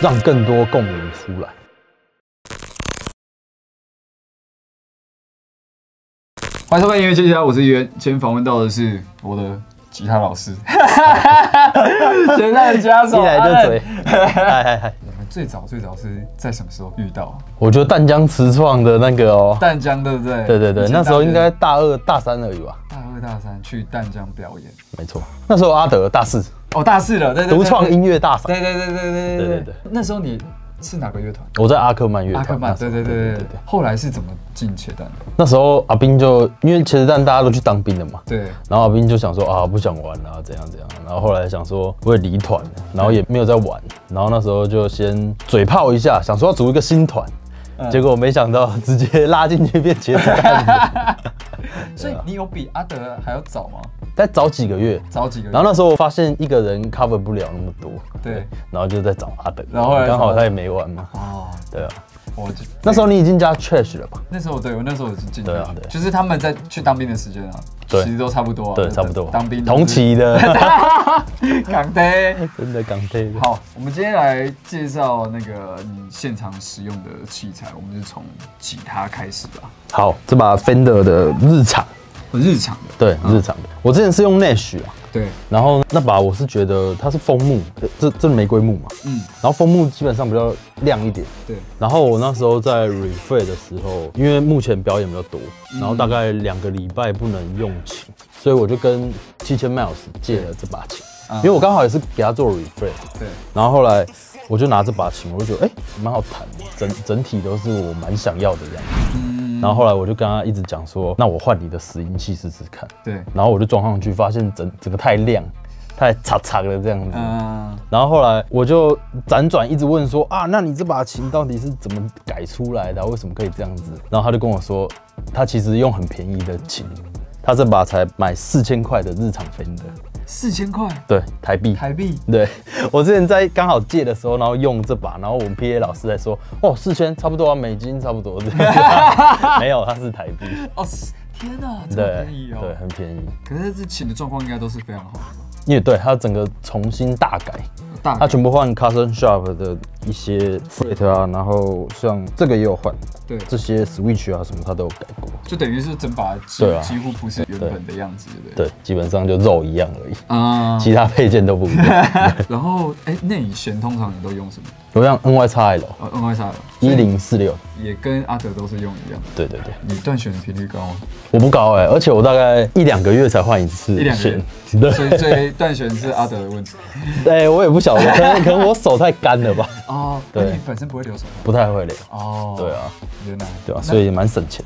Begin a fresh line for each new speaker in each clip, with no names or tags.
让更多共鸣出来。
欢迎收看《音乐接家》，我是一元。今天访问到的是我的吉他老 师，现在的吉他手
一来就嘴
Alan，
嗨嗨嗨！
你们最早最早是在什么时候遇到？
我觉得淡江词创的那个哦，
淡江对不对？
对对对，
以前
那时候应该
大学
大二大三而已吧？
大二大三去淡江表演。
没错，那时候阿德大四，
哦，大四了，对对对
独创音乐大赏，
对对对对对
对
对
对
对
对
对。那时候你是哪个乐团？
我在阿克曼乐团
阿克曼，
那时
对
候
对对对对。后来是怎么进切蛋的？
那时候阿斌就因为茄子蛋大家都去当兵了嘛，
对，
然后阿斌就想说啊不想玩啊怎样怎样，然后后来想说我也离团了，然后也没有在玩，然后那时候就先嘴炮一下，想说要组一个新团，
嗯
结果没想到直接拉进去变茄子 蛋，
所以你有比阿德还要早吗？
再早几个月。
早几个月？
嗯然后那时候我发现一个人 cover 不了那么多，
对，
然后就在找阿德，
然后后来找
刚好
到
他也没玩嘛，
哦，
对啊。
我就
那时候你已经加 trash 了吧？
那时候对我那时候已经进去
对
了，
啊对
就是他们在去当兵的时间啊，
对
其实都差不多啊，
对，差不多。
当兵
同，期的，
港台。
真的港队的。
好，我们今天来介绍那个你现场使用的器材，我们就从吉他开始吧。
好，这把 Fender 的日常，
日常的，
对，日常的。我之前是用 Nash 啊，
对，
然后那把我是觉得它是枫木，这这玫瑰木嘛，
嗯，
然后枫木基本上比较亮一点。
对，
然后我那时候在 refer 的时候，因为目前表演比较多，
嗯
然后大概两个礼拜不能用琴，所以我就跟七千 miles 借了这把琴，
嗯
因为我刚好也是给他做 refer，
对，
然后后来我就拿这把琴，我就觉得哎蛮、好弹的，整整体都是我蛮想要的样子。
嗯，
然后后来我就跟他一直讲说，那我换你的拾音器试试看。
对，
然后我就装上去，发现整整个太亮，太 嚓嚓的这样子。
嗯，
然后后来我就辗转一直问说啊，那你这把琴到底是怎么改出来的啊、为什么可以这样子？然后他就跟我说，他其实用很便宜的琴，他这把才买四千块的日常 Fender，
四千块
对，台币。
台币，
对 我之前在刚好借的时候，然后用这把，然后我们 P A 老师在说，哦，四千差不多啊，美金差不 多这样子，没有，它是台币，
哦，天哪，这么
对
便宜，
对，
哦！
很便宜，
可是这琴的状况应该都是非常好的
因为对它整个重新大改，
吧，大
它全部换 Custom Shop 的一些 fret 啊，然后像这个也有换，
对，
这些 Switch 啊什么它都有改过。
就等于是整把几
对啊
几乎不是原本的样子，对不对？
对，基本上就肉一样而已，
啊，
其他配件都不一 样。
然后哎，内弦通常你都用什么？
我像 NYXL
呃，N Y 啥的，
一零四六，
也跟阿德都是用一样。
对对对，
你断弦的频率高吗？
我不高哎、而且我大概一两个月才换一次
一两个月
弦对，
所以所 以断弦是阿德的问题。
哎、我也不晓得，可能可能我手太干了 吧，
哦，
对
那你本身不会留手吗？
不太会聊。
哦，
对，啊，
原来
对啊，所以也蛮省钱。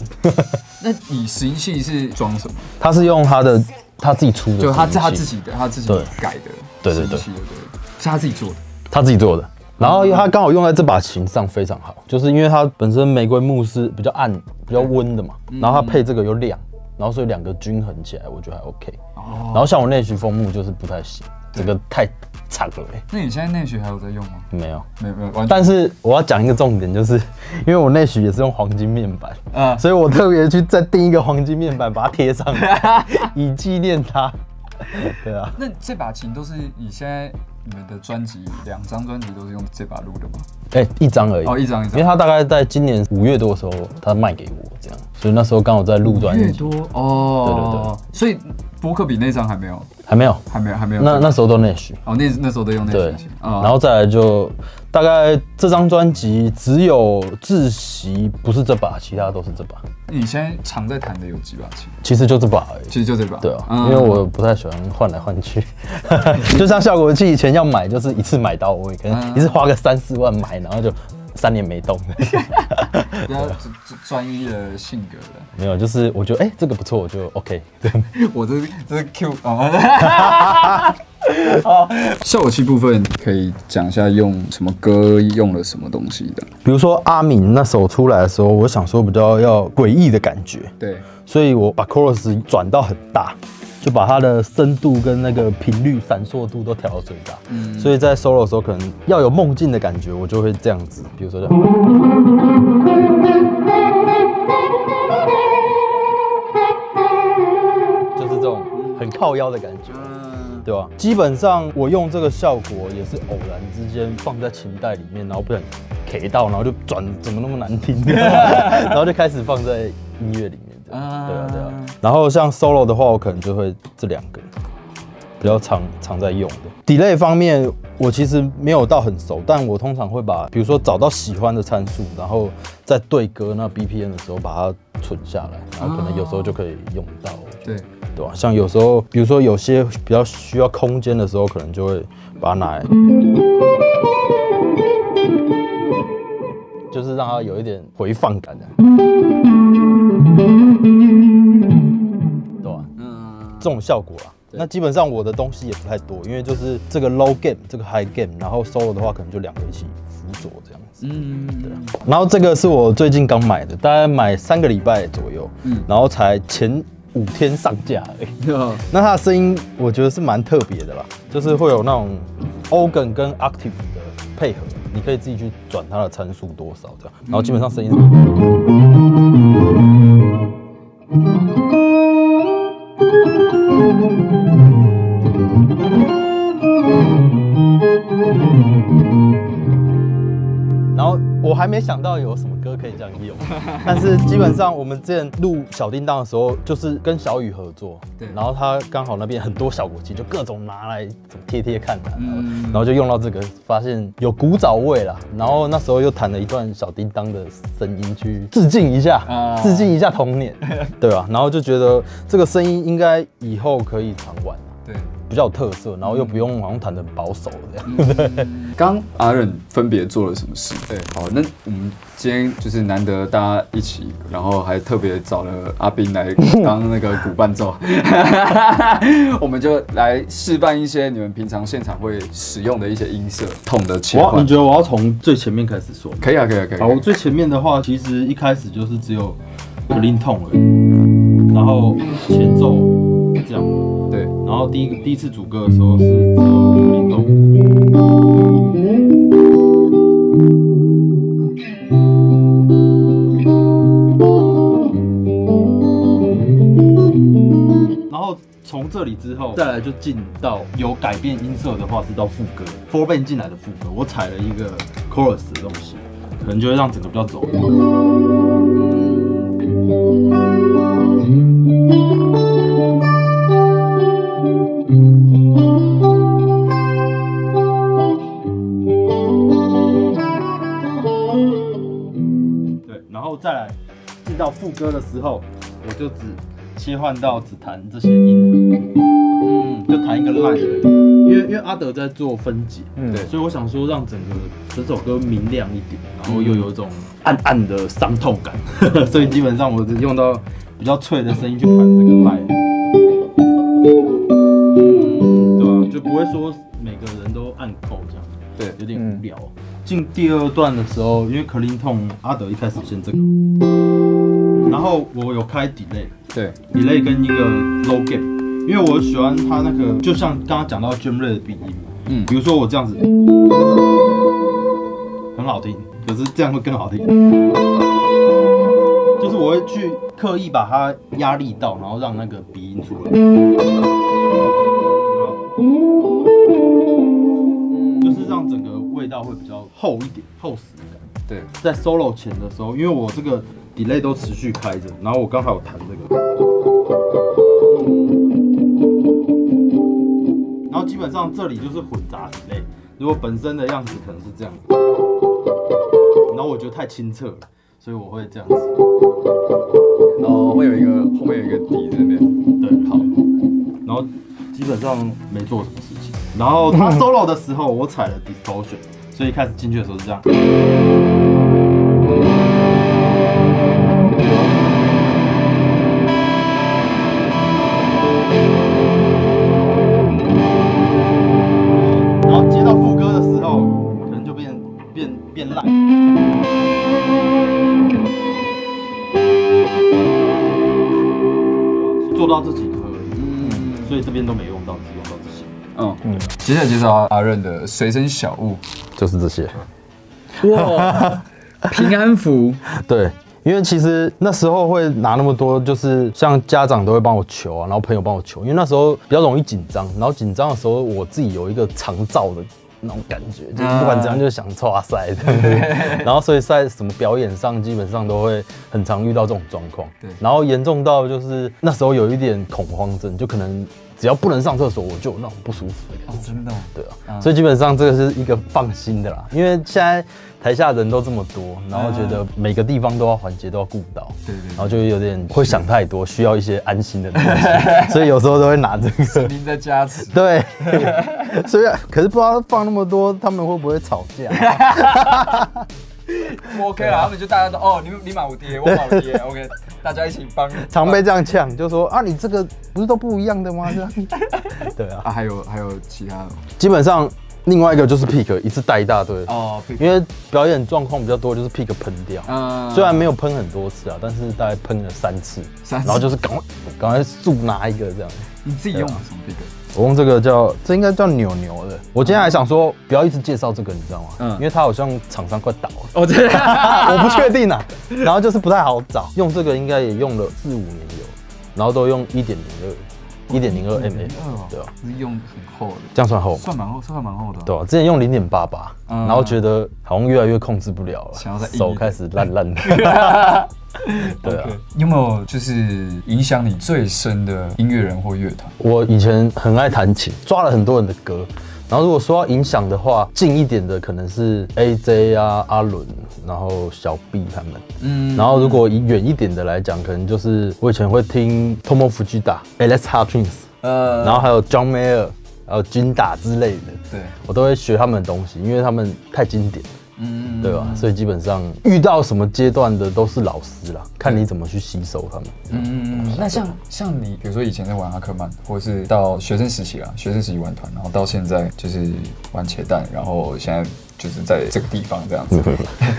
那你拾音器是装什么？
他是用他的他自己出的，
就他他自，己的，他自己
对
改的，
对对对
拾音器对，是他自己做的。
他自己做的。然后他刚好用在这把琴上非常好，就是因为它本身玫瑰木是比较暗、比较温的嘛，然后它配这个又亮，然后所以两个均衡起来，我觉得还 OK。然
哦，
后像我内曲枫木就是不太行，这个太惨了、欸，
那你现在内弦还有在用吗？
没有。
没有没有，完全
但是我要讲一个重点，就是因为我内曲也是用黄金面板，
啊，
所以我特别去再订一个黄金面板把它贴上来，以纪念它。对啊，
那这把琴都是你现在你们的专辑两张专辑都是用这把录的吗？
哎、一张而已。
哦，一张一
因为
张。
他大概在今年五月多的时候，他卖给我这样，所以那时候刚好在录专
越
辑，
多哦，对对对，所以伯克比那张还没有，
还没有，
还没有，还没有这
那
个。
那时候都 Nash，
哦，那那时候都用那
对
个哦琴，
然后再来就大概这张专辑只有自习不是这把，其他都是这把，
你现在常在弹的有几把琴？
其实就这把而已。
其实就这把。
对啊，
嗯
因为我不太喜欢换来换去， 就像效果器以前要买就是一次买到位，可能
嗯
一次花个三四万买，然后就三年没动。
比较专专一的性格的。
没有，就是我觉得哎、这个不错，我就 OK。对，
我这这是 Q 哦啊。好，效果器部分可以讲一下用什么歌，用了什么东西的。
比如说阿敏那首出来的时候，我想说比较要诡异的感觉，
对，
所以我把 chorus 转到很大，就把它的深度跟那个频率、闪烁度都调到最大。所以在 solo 的时候，可能要有梦境的感觉，我就会这样子，比如说这样。
嗯呃
就是这种很靠腰的感觉，对吧？基本上我用这个效果也是偶然之间放在琴带里面，然后不小心 K 到，然后就转怎么那么难听，然后就开始放在音乐里面这样。对啊对啊。然后像 solo 的话，我可能就会这两个比较常常在用的。delay 方面，我其实没有到很熟，但我通常会把，比如说找到喜欢的参数，然后在对歌那 BPM 的时候把它存下来，然后可能有时候就可以用到。
对，
对吧、像有时候，比如说有些比较需要空间的时候，可能就会把它拿来，就是让它有一点回放感啊的，对吧、
嗯，
这种效果啊。那基本上我的东西也不太多，因为就是这个 low game，这个 high game，然后 solo 的话可能就两个一起辅佐这样子。
嗯，对啊，
然后这个是我最近刚买的，大概买三个礼拜左右，
嗯
然后才前五天上架而已。
有
那它的声音我觉得是蛮特别的啦，就是会有那种 organ 跟 octave 的配合，你可以自己去转它的参数多少这样，然后基本上声音是然后我还没想到有什么歌可以这样 用，但是基本上我们之前录小叮当的时候，就是跟小雨合作，
对
然后他刚好那边很多小鼓器，就各种拿来怎么贴贴看啊，然后
嗯
然后就用到这个，发现有古早味啦，然后那时候又弹了一段小叮当的声音去致敬一下
啊，
致敬一下 童年，对吧、然后就觉得这个声音应该以后可以常玩啊。
对。
比较有特色，然后
嗯
又不用好像弹的保守这样。
刚阿忍分别做了什么事？对，好，那我们今天就是难得大家一起，然后还特别找了阿斌来当那个鼓伴奏， 我们就来示范一些你们平常现场会使用的一些音色、痛的切换。
得我要从最前面开始说吗？
可以啊，可以啊，可以
好，我
啊。
最前面的话，其实一开始就是只有 clean 痛而已，然后前奏这样，
对，
然后第一个第一次主歌的时候是只有 clean 痛，嗯嗯然后从这里之后，再来就进到有改变音色的话是到副歌 four band 进来的副歌，我踩了一个 chorus 的东西，可能就会让整个比较走。对，然后再来进到副歌的时候，我就只切换到只弹这些音，嗯，就弹一个 line 而已。因为因为阿德在做分解，
嗯
嗯，所以我想说让整个整首歌明亮一点，然后又有一种暗暗的伤痛感， 所以基本上我只用到比较脆的声音去弹这个 line，嗯，对啊，就不会说每个人都按扣这样。
对，
有点无聊。进第二段的时候，因为 clean 痛阿德一开始先这个，然后我有开 delay。
对，
delay 跟一个 low gain，因为我喜欢它那个，就像刚刚讲到 jam r a y 的鼻音嘛，
嗯
嗯，比如说我这样子，很好听，可是这样会更好听，就是我会去刻意把它压力到，然后让那个鼻音出来。就是让整个味道会比较厚一点，厚实感。
对，
在 solo 前的时候，因为我这个 delay 都持续开着，然后我刚好有弹这个，然后基本上这里就是混杂 delay，如果本身的样子可能是这样子，然后我觉得太清澈了，所以我会这样子，
然后会有一个后面有一个底在那边。
对，好，然后基本上没做什么事情，然后他 solo 的时候我踩了 distortion，所以一开始进去的时候是这样。然后接到副歌的时候，可能就变变变烂。做到这几颗而已，
嗯
所以这边都没用到，只用到这些。
嗯嗯。接下来介绍阿任的随身 小物。
就是这些，
哇，平安符。
对。因为其实那时候会拿那么多，就是像家长都会帮我求啊，然后朋友帮我求，因为那时候比较容易紧张，然后紧张的时候我自己有一个长照的。那种感觉，就是不管怎样，就是想哇塞这 样子。然后，所以在什么表演上，基本上都会很常遇到这种状况。
对
然后严重到就是那时候有一点恐慌症，就可能只要不能上厕所，我就有那种不舒服的感觉。
哦，真的、
对啊，所以基本上这个是一个放心的啦，因为现在台下人都这么多，然后觉得每个地方都要环节都要顾到，
对对对
然后就有点会想太多，需要一些安心的东西， 所以有时候都会拿这 个。
您在加持。
对， 所以可是不知道放那么多，他们会不会吵 架？
OK 了，他们就大家都哦，你你买我爹，我买我 爹，OK，大家一起帮。
常被这样呛，就说啊，你这个不是都不一样的 吗？啊这样对啊，
啊，还有还有其他的吗
基本上另外一个就是 pick 一次带一大堆，
哦，
因为表演状况比较多，就是 pick 喷掉。
嗯
虽然没有喷很多次啊，但是大概喷了啊三次，
三次
然后就是赶快赶快速拿一个这样。
你自己用
啊
什么 pick？
我用这个叫这应该叫扭牛的。我今天还想说不要一直介绍这个，你知道吗？
嗯
因为它好像厂商快倒了。
哦，对，
我不确定啊，然后就是不太好找，用这个应该也用了四五年有，然后都用一点零哦二，一点零二 mm，
1.02
对啊，
是用很厚的，
这样算厚吗？
算蛮厚，算蛮厚的。
对啊，之前用零点八八，
嗯
然后觉得好像越来越控制不了了，
想要再硬一点
手开始烂烂的，对啊
OK。。你有没有就是影响你最深的音乐人或乐团？
我以前很爱弹琴，抓了很多人的歌。然后如果说到影响的话，近一点的可能是 AJ 啊、阿伦，然后小 B 他们。
嗯，
然后如果以远一点的来讲，可能就是我以前会听 Tomo Fujita、Alex Hutchins，
呃
然后还有 John Mayer，还有金打之类的，
对，
我都会学他们的东西，因为他们太经典了。
嗯，
对吧？所以基本上遇到什么阶段的都是老师啦，看你怎么去吸收他们。
嗯，那像像你，比如说以前在玩阿克曼，或是到学生时期啊，学生时期玩团，然后到现在就是玩茄蛋，然后现在就是在这个地方这样子。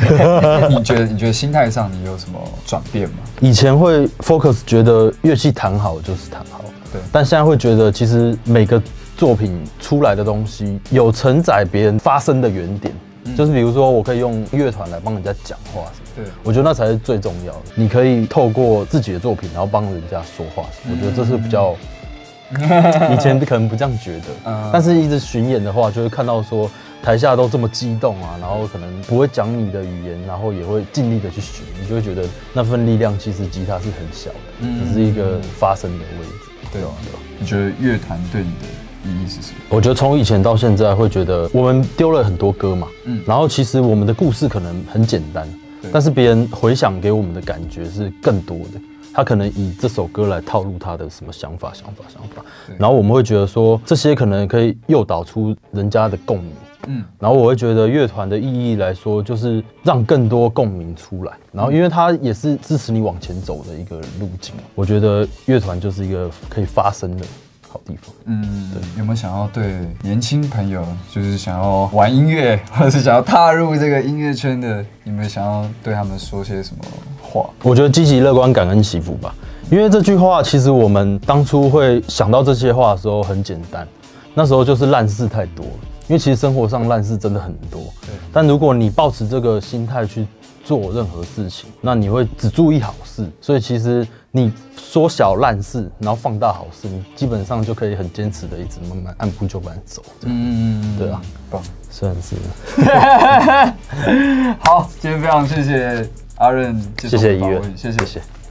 你觉得你觉得心态上你有什么转变吗？
以前会 focus 觉得乐器弹好就是弹好，
对
但现在会觉得其实每个作品出来的东西有承载别人发声的原点，就是比如说我可以用乐团来帮人家讲话什么。
对
我觉得那才是最重要的。你可以透过自己的作品，然后帮人家说话，我觉得这是比较。 以前可能不这样觉
嗯
得，但是一直巡演的话，就会看到说台下都这么激动啊，然后可能不会讲你的语言，然后也会尽力的去学，你就会觉得那份力量其实吉他是很小的，只是一个发声的位置。
对啊，对啊。你觉得乐团对你的意义是什么？
我觉得从以前到现在，会觉得我们丢了很多歌嘛，
嗯
嗯，然后其实我们的故事可能很简单
对，
但是别人回想给我们的感觉是更多的。他可能以这首歌来套路他的什么想法、想法、想法
对，
然后我们会觉得说这些可能可以诱导出人家的共鸣，
嗯，
然后我会觉得乐团的意义来说，就是让更多共鸣出来。然后，因为它也是支持你往前走的一个路径。我觉得乐团就是一个可以发声的好地方。
嗯，有没有想要对年轻朋友，就是想要玩音乐， 或者是想要踏入这个音乐圈的，你们想要对他们说些什么话？
我觉得积极、乐观、感恩、祈福吧。因为这句话，其实我们当初会想到这些话的时候很简单，那时候就是烂事太多了。因为其实生活上烂事真的很多，但如果你抱持这个心态去做任何事情，那你会只注意好事。所以其实你缩小烂事，然后放大好事，你基本上就可以很坚持的一直慢慢按部就班走。
嗯，
对啊，
棒。
虽然是
好，今天非常谢谢阿润，
谢谢医院
谢谢谢
谢谢
谢。